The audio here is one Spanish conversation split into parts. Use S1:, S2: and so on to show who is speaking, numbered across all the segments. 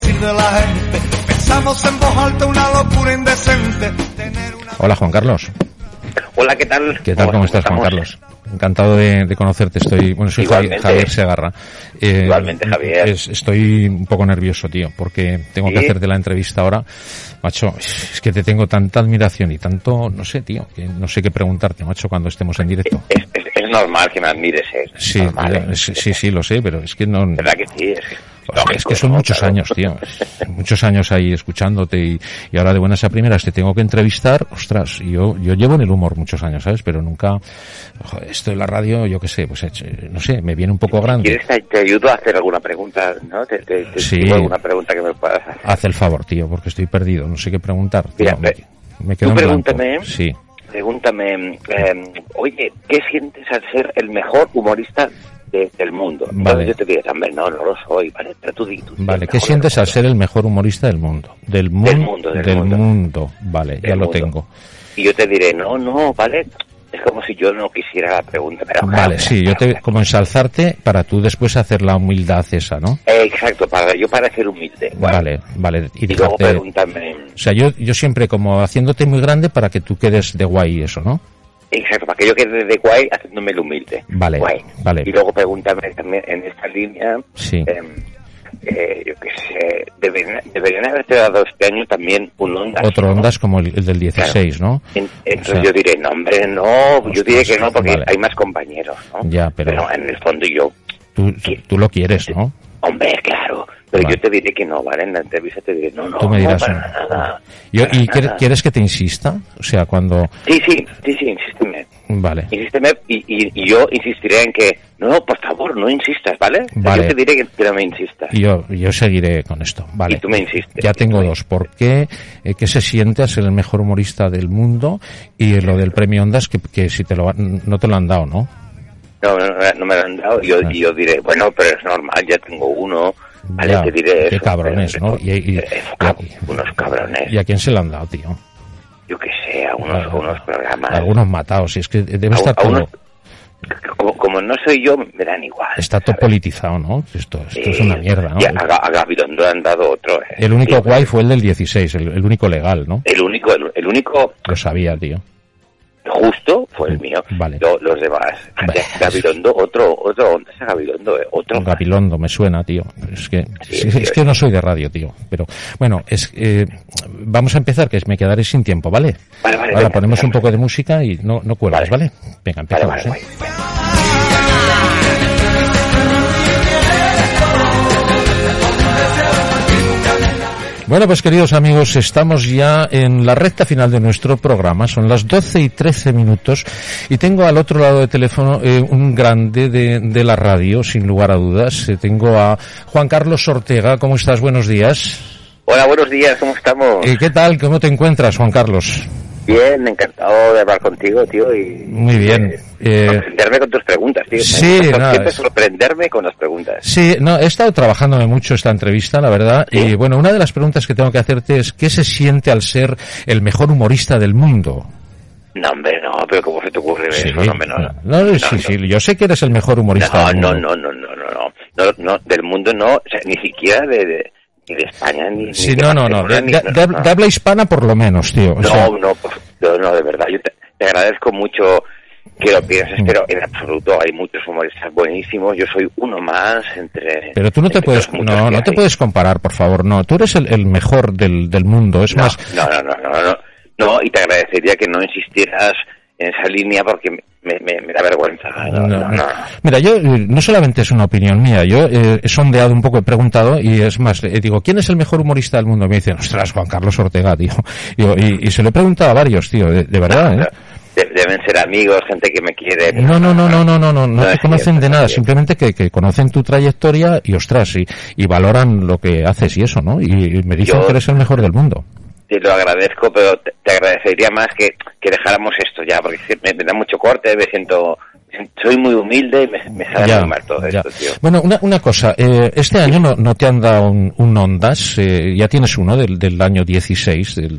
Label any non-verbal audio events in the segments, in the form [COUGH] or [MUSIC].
S1: de la gente. Pensamos en voz alta una locura indecente. Tener una...
S2: Hola Juan Carlos.
S3: Hola, ¿qué tal?
S2: ¿Qué tal? ¿Cómo, ¿Cómo estás estamos? Juan Carlos? Encantado de, de, conocerte. Estoy, bueno, soy Igualmente. Javier Segarra.
S3: Eh, Igualmente, Javier.
S2: Es, estoy un poco nervioso, tío, porque tengo ¿Sí? que hacerte la entrevista ahora. Macho, es que te tengo tanta admiración y tanto, no sé, tío, que no sé qué preguntarte, macho, cuando estemos en directo.
S3: Es, es, es normal que me admires, es
S2: sí,
S3: normal,
S2: eh, sí, sí, lo sé, pero es que no...
S3: ¿Verdad que sí? Es que...
S2: Lógico, es
S3: pues
S2: que son no, muchos claro. años, tío. Muchos años ahí escuchándote y, y, ahora de buenas a primeras te tengo que entrevistar. Ostras, yo, yo llevo en el humor muchos años, ¿sabes? Pero nunca... Joder, esto de la radio, yo qué sé, pues no sé, me viene un poco grande.
S3: ¿Quieres que te ayudo a hacer alguna pregunta, no? ¿Te, te, te
S2: sí.
S3: alguna pregunta que me puedas hacer?
S2: Haz el favor, tío, porque estoy perdido, no sé qué preguntar.
S3: Mira,
S2: tío,
S3: me,
S2: me quedo
S3: tú pregúntame, ¿eh?
S2: Sí.
S3: Pregúntame, eh, oye, ¿qué sientes al ser el mejor humorista de, del mundo. Entonces
S2: Vale.
S3: yo te diría, hombre, no, no lo soy, vale, pero tú di, tú di,
S2: Vale,
S3: el
S2: ¿qué
S3: mejor
S2: sientes
S3: del
S2: al ser el mejor humorista del mundo? Del, mundo
S3: mundo, del
S2: del
S3: mundo.
S2: mundo. Vale, ya
S3: Del
S2: lo
S3: mundo.
S2: tengo.
S3: mundo? Y yo te diré, no, no, vale, es como si yo no quisiera la pregunta. Pero, Eh,
S2: Vale, sí, yo te como ensalzarte para tú después hacer la humildad esa, ¿no?
S3: Eh, exacto, para, yo para ser humilde. ¿vale?
S2: Vale, vale, y
S3: Y luego
S2: dejarte... O
S3: pregúntame,
S2: sea, yo, yo siempre como haciéndote muy grande para que tú quedes de guay y eso, ¿no?
S3: exacto, para que yo quede de guay haciéndome el humilde.
S2: Vale,
S3: Guay.
S2: vale.
S3: Y luego pregúntame también en esta línea,
S2: Sí.
S3: eh, eh, yo qué sé, deberían, deberían haberte dado este año también un onda.
S2: Otro ondas como el, el del 16, ¿no?
S3: En- Entonces
S2: O sea,
S3: yo diré, no, hombre, no, yo diré que no, porque
S2: vale.
S3: hay más compañeros, ¿no?
S2: Ya, pero-
S3: en el fondo yo,
S2: tú, tú lo quieres, ¿no?
S3: hombre, claro, pero
S2: Vale.
S3: yo te diré que no, ¿vale? En la entrevista te diré, no, no,
S2: Tú me dirás.
S3: no,
S2: ¿no?
S3: para nada.
S2: Yo,
S3: para
S2: ¿Y quieres,
S3: nada.
S2: quieres que te insista? O sea, cuando...
S3: Sí, sí, sí, sí, insísteme,
S2: Vale.
S3: insísteme y, y, y yo insistiré en que, no, por favor, no insistas, ¿vale?
S2: Vale.
S3: Yo te diré que, que no me insistas.
S2: Y Yo, yo seguiré con esto, vale.
S3: Y tú me insistes.
S2: Ya
S3: Y tú
S2: tengo
S3: me
S2: dos. ¿Por qué? Eh, ¿Qué se siente a ser el mejor humorista del mundo? Y lo del premio Ondas, que, que si te lo han- no te lo han dado, ¿no?
S3: No, no, no, no me lo han dado, yo,
S2: Ah.
S3: y yo diré, bueno, pero es normal, ya tengo uno, ¿vale?
S2: Ya,
S3: te diré
S2: qué
S3: eso,
S2: cabrones,
S3: pero-
S2: ¿no? Y- y-
S3: eh, cab- unos cabrones.
S2: ¿Y a quién se lo han dado, tío?
S3: yo que sé, a unos,
S2: A-
S3: a unos programas.
S2: Algunos matados. Y es que debe
S3: A-
S2: estar
S3: a
S2: todo,
S3: unos- como, como no soy yo, me dan igual.
S2: está todo
S3: ¿sabes?
S2: politizado, ¿no? Esto, esto es una
S3: Eh,
S2: mierda, ¿no?
S3: y a, a Gabilondo han dado otro. eh.
S2: El único
S3: Sí,
S2: guay fue el del 16, el, el único legal, ¿no?
S3: El único, el, el único
S2: Lo sabía, tío.
S3: justo fue el mío.
S2: Mm, Vale.
S3: Lo- los demás.
S2: [LAUGHS] Vale.
S3: Gabilondo, otro, otro, ¿dónde está Gabilondo? eh? Otro.
S2: Un Gabilondo me suena, tío. Es que,
S3: Sí,
S2: es,
S3: sí,
S2: es que no soy de radio, tío. Pero bueno, es eh, vamos a empezar, que me quedaré sin tiempo, ¿vale?
S3: Vale, vale,
S2: Ahora
S3: venga,
S2: ponemos
S3: venga,
S2: un poco de música y no, no cuelgas,
S3: Vale.
S2: ¿vale? Venga,
S3: Vale,
S2: empezamos.
S3: vale,
S2: ¿eh?
S3: guay.
S2: Bueno, pues queridos amigos, estamos ya en la recta final de nuestro programa. Son las 12 y 13 minutos y tengo al otro lado de teléfono eh, un grande de, de la radio, sin lugar a dudas. Eh, tengo a Juan Carlos Ortega. ¿Cómo estás? Buenos días.
S3: Hola, buenos días, ¿cómo estamos?
S2: Eh, ¿Qué tal? ¿Cómo te encuentras, Juan Carlos?
S3: Bien, encantado de hablar contigo, tío. Y,
S2: Muy bien.
S3: eh,
S2: Eh,
S3: sorprenderme con tus preguntas, tío.
S2: Sí,
S3: Siempre-
S2: nada,
S3: siempre
S2: es-
S3: sorprenderme con las preguntas.
S2: Sí, no, he estado trabajándome mucho esta entrevista, la verdad. Y bueno, una de las preguntas que tengo que hacerte es, ¿qué se siente al ser el mejor humorista del mundo?
S3: No, hombre, no, pero ¿cómo se te ocurre
S2: Sí.
S3: eso? No, hombre, no, no.
S2: No,
S3: No,
S2: sí,
S3: no.
S2: sí, yo sé que eres el mejor humorista
S3: No,
S2: del
S3: no,
S2: mundo.
S3: no, no, no, no, no, no, no, del mundo no, o sea, ni siquiera de, de- ni de España, ni, ni
S2: Sí,
S3: de
S2: no, no, no,
S3: Barcelona,
S2: de,
S3: ni-
S2: de- de- de habla hispana por lo menos, tío. O
S3: no,
S2: sea,
S3: no, no, pues, yo no, de verdad, yo te, te agradezco mucho que lo pienses,
S2: Mm.
S3: pero en absoluto hay muchos humoristas buenísimos, yo soy uno más entre...
S2: pero tú no te
S3: entre
S2: puedes,
S3: los muchos
S2: no,
S3: que
S2: no te
S3: hay.
S2: puedes comparar, por favor, no. Tú eres el, el mejor del, del mundo, es
S3: No,
S2: más,
S3: no, no, no, no, no, no, y te agradecería que no insistieras en esa línea porque me, me, me da vergüenza, no, no, no.
S2: Mira, yo eh, no solamente es una opinión mía, yo eh, he sondeado un poco, he preguntado y es más, eh, digo, ¿quién es el mejor humorista del mundo? Me dicen, ostras, Juan Carlos Ortega, tío. Digo, Y, y se lo he preguntado a varios, tío, de, de verdad, ¿eh?
S3: de- deben ser amigos, gente que me quiere.
S2: No, no, no, no, no, no, no, no
S3: No
S2: te
S3: es
S2: conocen
S3: cierto,
S2: de nada,
S3: no es cierto.
S2: simplemente que, que conocen tu trayectoria y ostras, y, y valoran lo que haces y eso, ¿no? Y, y me dicen
S3: Yo-
S2: que eres el mejor del mundo.
S3: Te lo agradezco, pero te, te agradecería más que, que dejáramos esto ya, porque es que me, me da mucho corte, me siento... Soy muy humilde y me, me sale
S2: Ya,
S3: muy mal todo
S2: ya.
S3: esto, tío.
S2: Bueno, una, una cosa, eh, este año no, no te han dado un, un Ondas, eh, ya tienes uno del, del año 16, del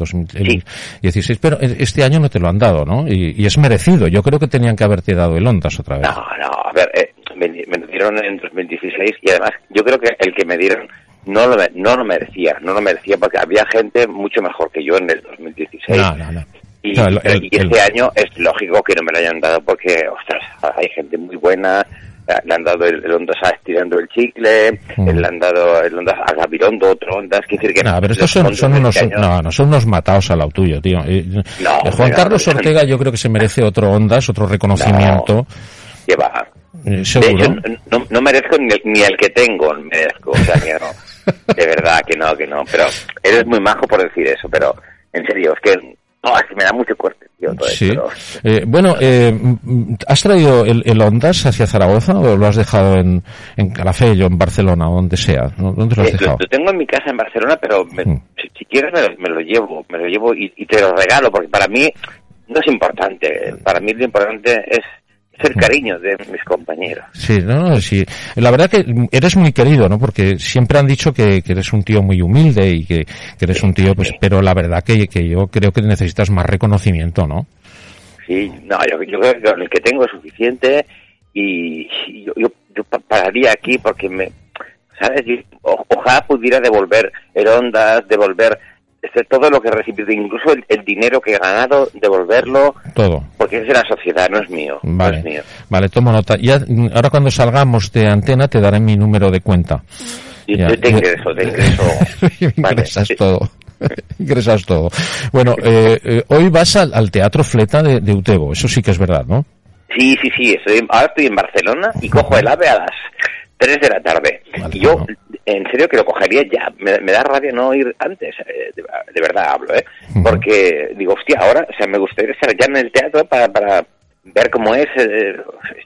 S2: 2016, pero eh, este año no te lo han dado, ¿no? Y, y es merecido, yo creo que tenían que haberte dado el Ondas otra vez.
S3: No, no, a ver, eh, me, me lo dieron en 2016 y además yo creo que el que me dieron no lo, me- no lo merecía, no lo merecía porque había gente mucho mejor que yo en el 2016.
S2: No, no, no.
S3: Y,
S2: No, el-
S3: pero- y
S2: el-
S3: este año es lógico que no me lo hayan dado porque, ostras, hay gente muy buena. eh, Le han dado el, el Ondas a Estirando el Chicle,
S2: Mm.
S3: eh, le han dado el Ondas a Gabirondo, otro Ondas. Quiero decir que
S2: No, pero estos
S3: los
S2: son,
S3: Ondas
S2: son
S3: de
S2: unos,
S3: este año-
S2: no, no, son unos matados a la tuyo, tío. Eh, eh, Juan
S3: hombre,
S2: Carlos
S3: no, no.
S2: Ortega yo creo que se merece otro ondas, otro reconocimiento,
S3: que va.
S2: eh,
S3: De
S2: seguro.
S3: hecho, n- no, no merezco ni el, ni el que tengo, merezco. O sea, que
S2: [LAUGHS]
S3: no. De verdad que no, que no. Pero eres muy majo por decir eso, pero en serio, es que, no, es que me da mucho corte, tío, todo
S2: Sí.
S3: esto.
S2: Eh, bueno, eh, m- m- ¿has traído el, el Ondas hacia Zaragoza o lo has dejado en, en Calafell o en Barcelona o donde sea? ¿no? ¿Dónde lo has
S3: Eh, lo,
S2: dejado?
S3: lo tengo en mi casa en Barcelona, pero me-
S2: Mm.
S3: si, si quieres me, lo- me lo llevo, me lo llevo y, y te lo regalo, porque para mí no es importante. Para mí lo importante es, es
S2: Mm.
S3: el cariño de mis compañeros.
S2: Sí, no, no, sí. La verdad que mm, eres muy querido, ¿no? Porque siempre han dicho que, que eres un tío muy humilde y que, que eres un tío, pues, pero la verdad que, que yo creo que necesitas más reconocimiento, ¿no?
S3: Sí, no, yo, yo creo que con el que tengo es suficiente y y yo, yo- yo pa- pararía aquí porque me, ¿sabes? Yo- o- ojalá pudiera devolver el Ondas, devolver este, todo lo que he recibido, incluso el, el dinero que he ganado, devolverlo,
S2: Todo.
S3: porque es de la sociedad, no es mío. No
S2: Vale,
S3: es mío.
S2: vale, tomo nota. Ya, mm, ahora cuando salgamos de antena te daré mi número de cuenta.
S3: Yo,
S2: Ya,
S3: yo te
S2: ya.
S3: ingreso,
S2: [LAUGHS]
S3: te ingreso. Vale.
S2: Ingresas todo. [LAUGHS] Ingresas todo. Bueno, eh, eh, hoy vas al, al Teatro Fleta de, de Utebo, eso sí que es verdad, ¿no?
S3: Sí, sí, sí, estoy, en- ahora estoy en Barcelona y cojo el ave a las 3 de la tarde.
S2: Vale,
S3: y yo,
S2: bueno.
S3: en serio, que lo cogería ya. Me, me da rabia no ir antes, eh, de, de verdad hablo, ¿eh?
S2: Ujú.
S3: Porque digo, hostia, ahora, o sea, me gustaría estar ya en el teatro para, para ver cómo es. eh,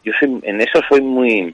S3: yo soy, en eso soy muy.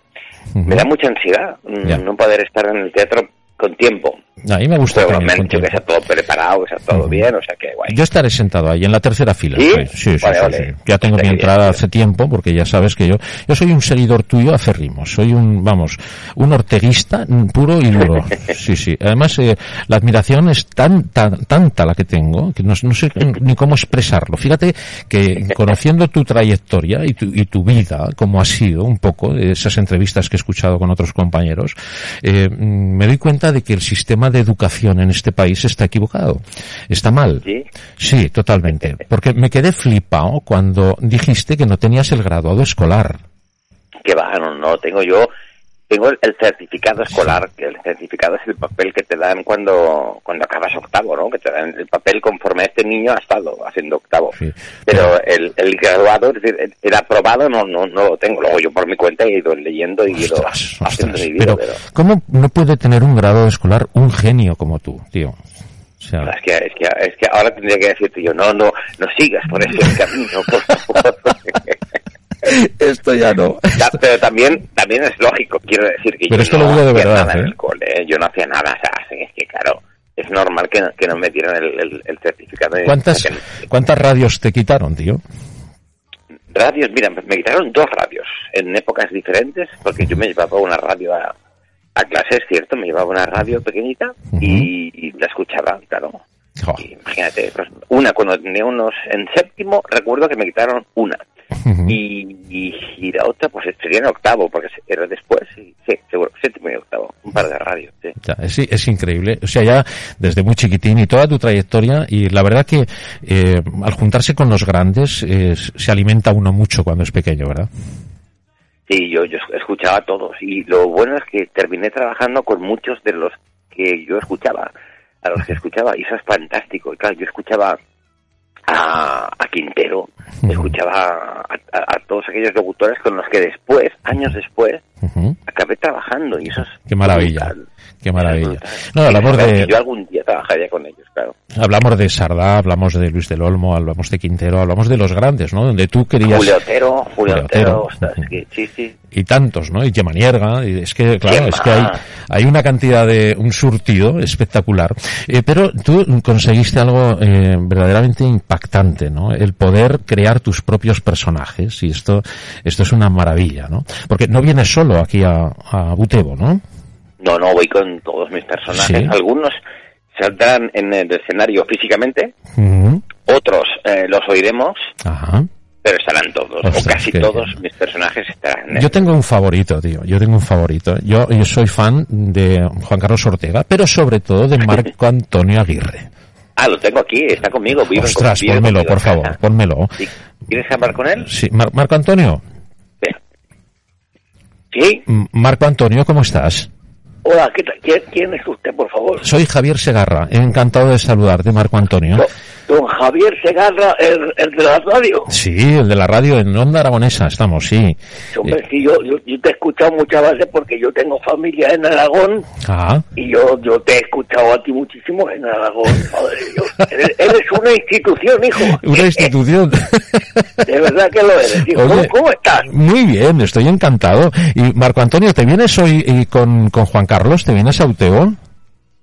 S3: Me da mucha ansiedad mm,
S2: Ya.
S3: no poder estar en el teatro con tiempo.
S2: A mí me gusta
S3: Pero
S2: también
S3: me han
S2: con
S3: dicho que
S2: tiempo.
S3: está todo preparado, que está todo
S2: Ujú.
S3: bien, o sea que guay.
S2: Yo estaré sentado ahí en la tercera fila.
S3: ¿Sí?
S2: sí, sí,
S3: Vale,
S2: sí,
S3: vale.
S2: sí. Ya tengo mi
S3: Está bien,
S2: entrada
S3: tío.
S2: hace tiempo, porque ya sabes que yo, yo soy un seguidor tuyo acérrimo. Soy un, vamos, un orteguista mm, puro y duro.
S3: [LAUGHS]
S2: Sí, sí. Además, eh, la admiración es tan, tan, tanta la que tengo, que no, no sé ni cómo expresarlo. Fíjate que conociendo tu trayectoria y tu, y tu vida, como ha sido un poco, de esas entrevistas que he escuchado con otros compañeros, eh, mm, me doy cuenta de que el sistema de educación en este país está equivocado. Está mal.
S3: Sí.
S2: Sí, totalmente. Porque me quedé flipado cuando dijiste que no tenías el graduado escolar.
S3: que va, no, no, tengo yo, tengo el, el certificado escolar, que el certificado es el papel que te dan cuando, cuando acabas octavo, ¿no? Que te dan el papel conforme este niño ha estado haciendo octavo.
S2: Sí.
S3: Pero el, el graduado, es decir, el, el aprobado no, no, no lo tengo. Luego yo por mi cuenta he ido leyendo y he ido
S2: Ostras,
S3: haciendo
S2: ostras.
S3: mi vida,
S2: Pero,
S3: pero...
S2: ¿cómo no puede tener un graduado escolar un genio como tú, tío? O sea,
S3: Es que, es, que, es que ahora tendría que decirte yo, no, no, no sigas por
S2: [LAUGHS]
S3: ese camino, por favor.
S2: esto ya no.
S3: Ya, pero también, también es lógico, quiero decir que
S2: Pero
S3: yo
S2: esto
S3: no
S2: lo digo de
S3: hacía
S2: verdad,
S3: nada en
S2: ¿eh?
S3: el cole, ¿eh? yo no hacía nada, o sea, es que claro, es normal que, que no me dieran el, el- el certificado. de-
S2: ¿Cuántas,
S3: que no-
S2: ¿Cuántas radios te quitaron, tío?
S3: Radios, mira, me quitaron dos radios en épocas diferentes, porque yo me llevaba una radio a, a clase, es cierto, me llevaba una radio pequeñita y, y la escuchaba, claro.
S2: Jo.
S3: Y Imagínate, pues, una cuando tenía unos en séptimo, recuerdo que me quitaron una.
S2: Ujú.
S3: y, y, y la otra pues sería en octavo, porque se- era después, sí, sí, seguro, séptimo y octavo, un par de radios, sí.
S2: Ya, es, es increíble. O sea, ya desde muy chiquitín y toda tu trayectoria. Y la verdad que eh, al juntarse con los grandes eh, se alimenta uno mucho cuando es pequeño, ¿verdad?
S3: Sí, yo, yo escuchaba a todos y lo bueno es que terminé trabajando con muchos de los que yo escuchaba, a los que escuchaba, y eso es fantástico. Y claro, yo escuchaba a, a Quintero,
S2: Ujú.
S3: escuchaba a, a- a todos aquellos locutores con los que después, años después, Uh -huh. Acabé trabajando y eso es
S2: Qué maravilla. Brutal. Qué maravilla. No, hablamos de...
S3: Yo algún día trabajaría con ellos, claro.
S2: Hablamos de Sardá, hablamos de Luis del Olmo, hablamos de Quintero, hablamos de los grandes, ¿no? Donde tú querías...
S3: Julio Otero, Julio, Julio Otero, ostras, que, sí, sí.
S2: Y tantos, ¿no? Y Yemanierga, y es que, claro, Yema. es que hay, hay, una cantidad de... un surtido espectacular. Eh, pero tú conseguiste algo eh, verdaderamente impactante, ¿no? El poder crear tus propios personajes y esto, esto es una maravilla, ¿no? Porque no vienes solo aquí a, a Utebo, ¿no?
S3: No, no, voy con todos mis personajes. ¿Sí? Algunos saldrán en el escenario físicamente, uh -huh. otros eh, los oiremos, Ajá. pero estarán todos, Ostras, o casi que... todos mis personajes estarán. eh.
S2: En... Yo tengo un favorito, tío, yo tengo un favorito. Yo, yo soy fan de Juan Carlos Ortega, pero sobre todo de Marco Antonio Aguirre.
S3: Ah, lo tengo aquí, está conmigo, vive
S2: Ostras,
S3: conmigo,
S2: pónmelo, por favor, pónmelo.
S3: ¿Sí? ¿Quieres hablar con él?
S2: Sí, Mar Marco Antonio.
S3: ¿Sí?
S2: Marco Antonio, ¿cómo estás?
S4: Hola, ¿qué ¿Quién, ¿quién es usted, por favor?
S2: Soy Javier Segarra, encantado de saludarte, Marco Antonio.
S4: Don, don Javier Segarra, el, el, de la radio.
S2: Sí, el de la radio, en Onda Aragonesa estamos, sí.
S4: Hombre, eh... sí, yo, yo, yo, te he escuchado muchas veces porque yo tengo familia en Aragón
S2: Eh,
S4: ah. y yo, yo te he escuchado a ti muchísimo en
S2: [LAUGHS]
S4: Aragón. Madre Dios. Eres, eres, una institución, hijo. Eh,
S2: Una institución. [LAUGHS]
S4: de verdad que lo eres. Hijo. Oye, ¿Cómo, ¿Cómo, estás?
S2: Muy bien, estoy encantado. Y Marco Antonio, ¿te vienes hoy eh, con, con Juan Carlos? Carlos, ¿te vienes a Uteo?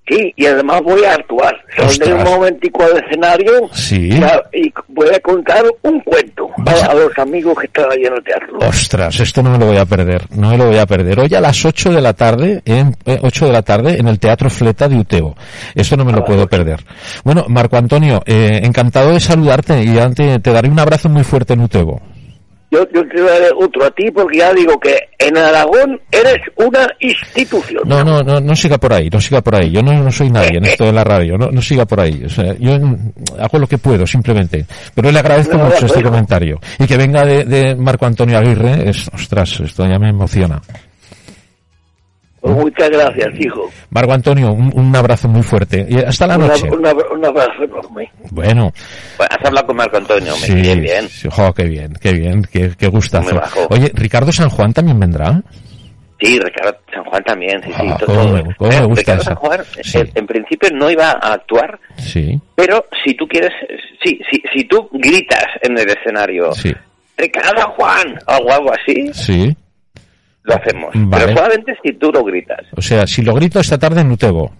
S4: Sí, y además voy a actuar. Saldré un momentico al escenario
S2: ¿Sí?
S4: y, voy a contar un cuento a, a, los amigos que están ahí en el teatro.
S2: Ostras, esto no me lo voy a perder, no me lo voy a perder. Hoy a las 8 de la tarde, en, eh, 8 de la tarde en el Teatro Fleta de Uteo. Esto no me ah, lo puedo perder. Bueno, Marco Antonio, eh, encantado de saludarte y te, te daré un abrazo muy fuerte en Uteo
S4: yo, yo te voy a dar otro a ti porque ya digo que en Aragón eres una institución.
S2: No, no, no, no siga por ahí, no siga por ahí. Yo no, no soy nadie en esto de la radio, no, no siga por ahí. O sea, yo hago lo que puedo, simplemente. Pero le agradezco no, mucho este eso. comentario. Y que venga de, de Marco Antonio Aguirre, es, ostras, esto ya me emociona.
S4: Pues muchas gracias, hijo.
S2: Marco Antonio, un, un abrazo muy fuerte. Y hasta la
S4: una,
S2: noche.
S4: Una, un abrazo enorme.
S2: Bueno.
S3: Pues has hablado con Marco Antonio. Sí, bien, bien.
S2: Sí, jo, qué bien, qué bien, qué, qué gustazo. Oye, ¿Ricardo San Juan también vendrá?
S3: Sí, Ricardo San Juan también, sí, sí.
S2: Ah, todo, cómo, todo. Cómo me gusta esa.
S3: Ricardo San Juan, sí. en, en, principio no iba a actuar,
S2: sí.
S3: pero si tú quieres, eh, sí, si, si tú gritas en el escenario,
S2: sí.
S3: Ricardo San Juan, o algo así,
S2: sí
S3: lo hacemos. Vale. Pero solamente si tú lo gritas.
S2: O sea, si lo grito esta tarde en Utebo.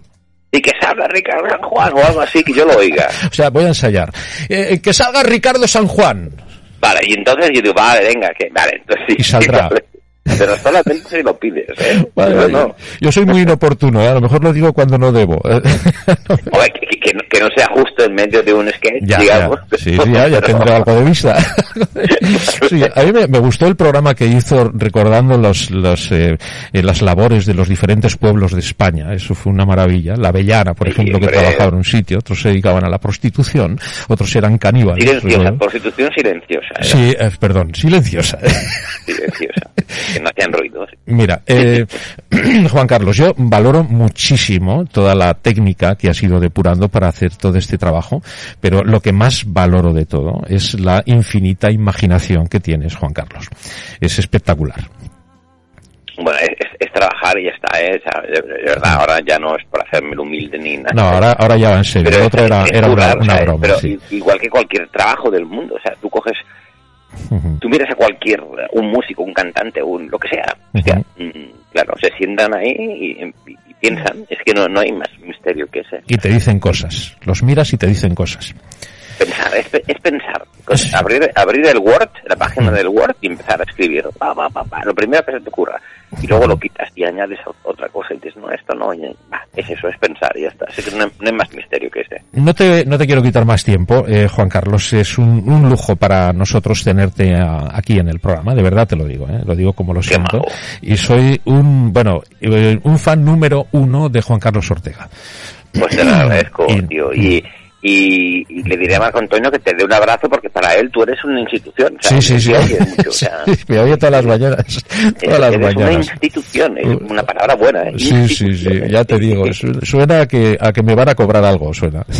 S3: Y que salga Ricardo San Juan o algo así, que yo lo oiga.
S2: o sea, voy a ensayar. Eh, que salga Ricardo San Juan.
S3: Vale, y entonces yo digo, vale, venga, que vale, entonces sí.
S2: Y saldrá.
S3: [LAUGHS] Pero solamente si lo pides, ¿eh? Vale,
S2: vale. No. Yo soy muy inoportuno, ¿eh? a lo mejor lo digo cuando no
S3: [LAUGHS]
S2: debo.
S3: Oye, que, que, no, que, no, sea justo en medio de un sketch,
S2: ya,
S3: digamos.
S2: Ya. Sí, sí, ya, ya tendré algo de vista. [LAUGHS] sí, a mí me, me, gustó el programa que hizo recordando los, los eh, las labores de los diferentes pueblos de España. Eso fue una maravilla. La Bellana, por ejemplo, que trabajaba en un sitio, otros se dedicaban a la prostitución, otros eran caníbales.
S3: [LAUGHS]
S2: Pues,
S3: Silenciosa, ¿no? prostitución silenciosa. ¿eh?
S2: Sí, perdón, silenciosa. [LAUGHS]
S3: Silenciosa. Que no hacían ruidos.
S2: Mira, eh, Juan Carlos, yo valoro muchísimo toda la técnica que has ido depurando para hacer todo este trabajo, pero lo que más valoro de todo es la infinita imaginación que tienes, Juan Carlos. Es espectacular.
S3: Bueno, es, es, es trabajar y ya está, ¿eh? O sea, de, de verdad, ahora ya no es por hacerme humilde ni nada.
S2: No, ahora, ahora ya va en serio. Pero otra era, era curar, una, una broma.
S3: Pero
S2: sí.
S3: igual que cualquier trabajo del mundo, o sea, tú coges Uh -huh. Tú miras a cualquier, un músico, un cantante, un lo que sea, uh -huh. ya, claro, se sientan ahí y, y, y, piensan, es que no, no hay más misterio que ese.
S2: Y te dicen cosas, los miras y te dicen cosas.
S3: Pensar, es, es pensar, es abrir, abrir el Word, la página
S2: Mm.
S3: uh -huh. del Word y empezar a escribir, pa, pa, pa, lo primero que se te ocurra, y luego lo quitas y añades otra cosa y dices, no, esto no, y, bah, es eso, es pensar y ya está, así que no, no hay más misterio que ese.
S2: No te, no te quiero quitar más tiempo, eh, Juan Carlos. Es un, un, lujo para nosotros tenerte a, aquí en el programa, de verdad te lo digo, ¿eh? lo digo como lo Qué siento. Mago. Y soy un, bueno, eh, un fan número uno de Juan Carlos Ortega.
S3: Pues
S2: Mm.
S3: te lo agradezco, y, tío. Y, y, y, le diré a Marco Antonio que te dé un abrazo porque para él tú eres una institución.
S2: O sea, sí, sí, [LAUGHS] sí. Mucho, o sea, sí. Me oye todas las mañanas. [LAUGHS] Todas las
S3: eres
S2: mañanas. Uh,
S3: una institución, es una palabra buena. ¿eh?
S2: Sí, sí, [LAUGHS] sí, ya te digo. Suena a que, a que me van a cobrar algo, suena. [LAUGHS]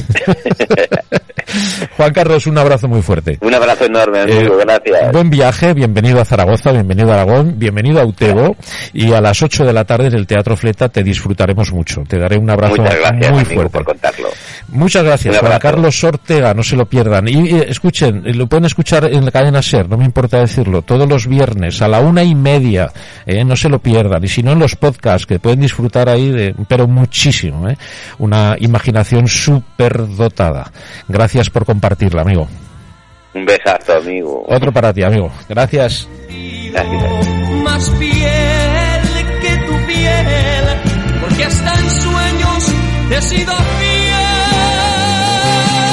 S2: Juan Carlos, un abrazo muy fuerte.
S3: [LAUGHS] Un abrazo enorme, amigo, eh, gracias.
S2: Buen viaje, bienvenido a Zaragoza, bienvenido a Aragón, bienvenido a Utebo. Y a las 8 de la tarde en el Teatro Fleta te disfrutaremos mucho. Te daré un abrazo
S3: Muchas gracias,
S2: muy
S3: amigo,
S2: fuerte.
S3: por contarlo.
S2: Muchas gracias, Juan Carlos Ortega, no se lo pierdan. Y eh, escuchen, lo pueden escuchar en la cadena Ser, no me importa decirlo, todos los viernes a la una y media, eh, no se lo pierdan. Y si no, en los podcasts, que pueden disfrutar ahí de, pero muchísimo, eh, una imaginación súper dotada. Gracias por compartirla, amigo.
S3: Un besazo, amigo.
S2: Otro para ti, amigo. Gracias.
S3: gracias.
S5: Más fiel que tu piel, porque hasta en sueños he sido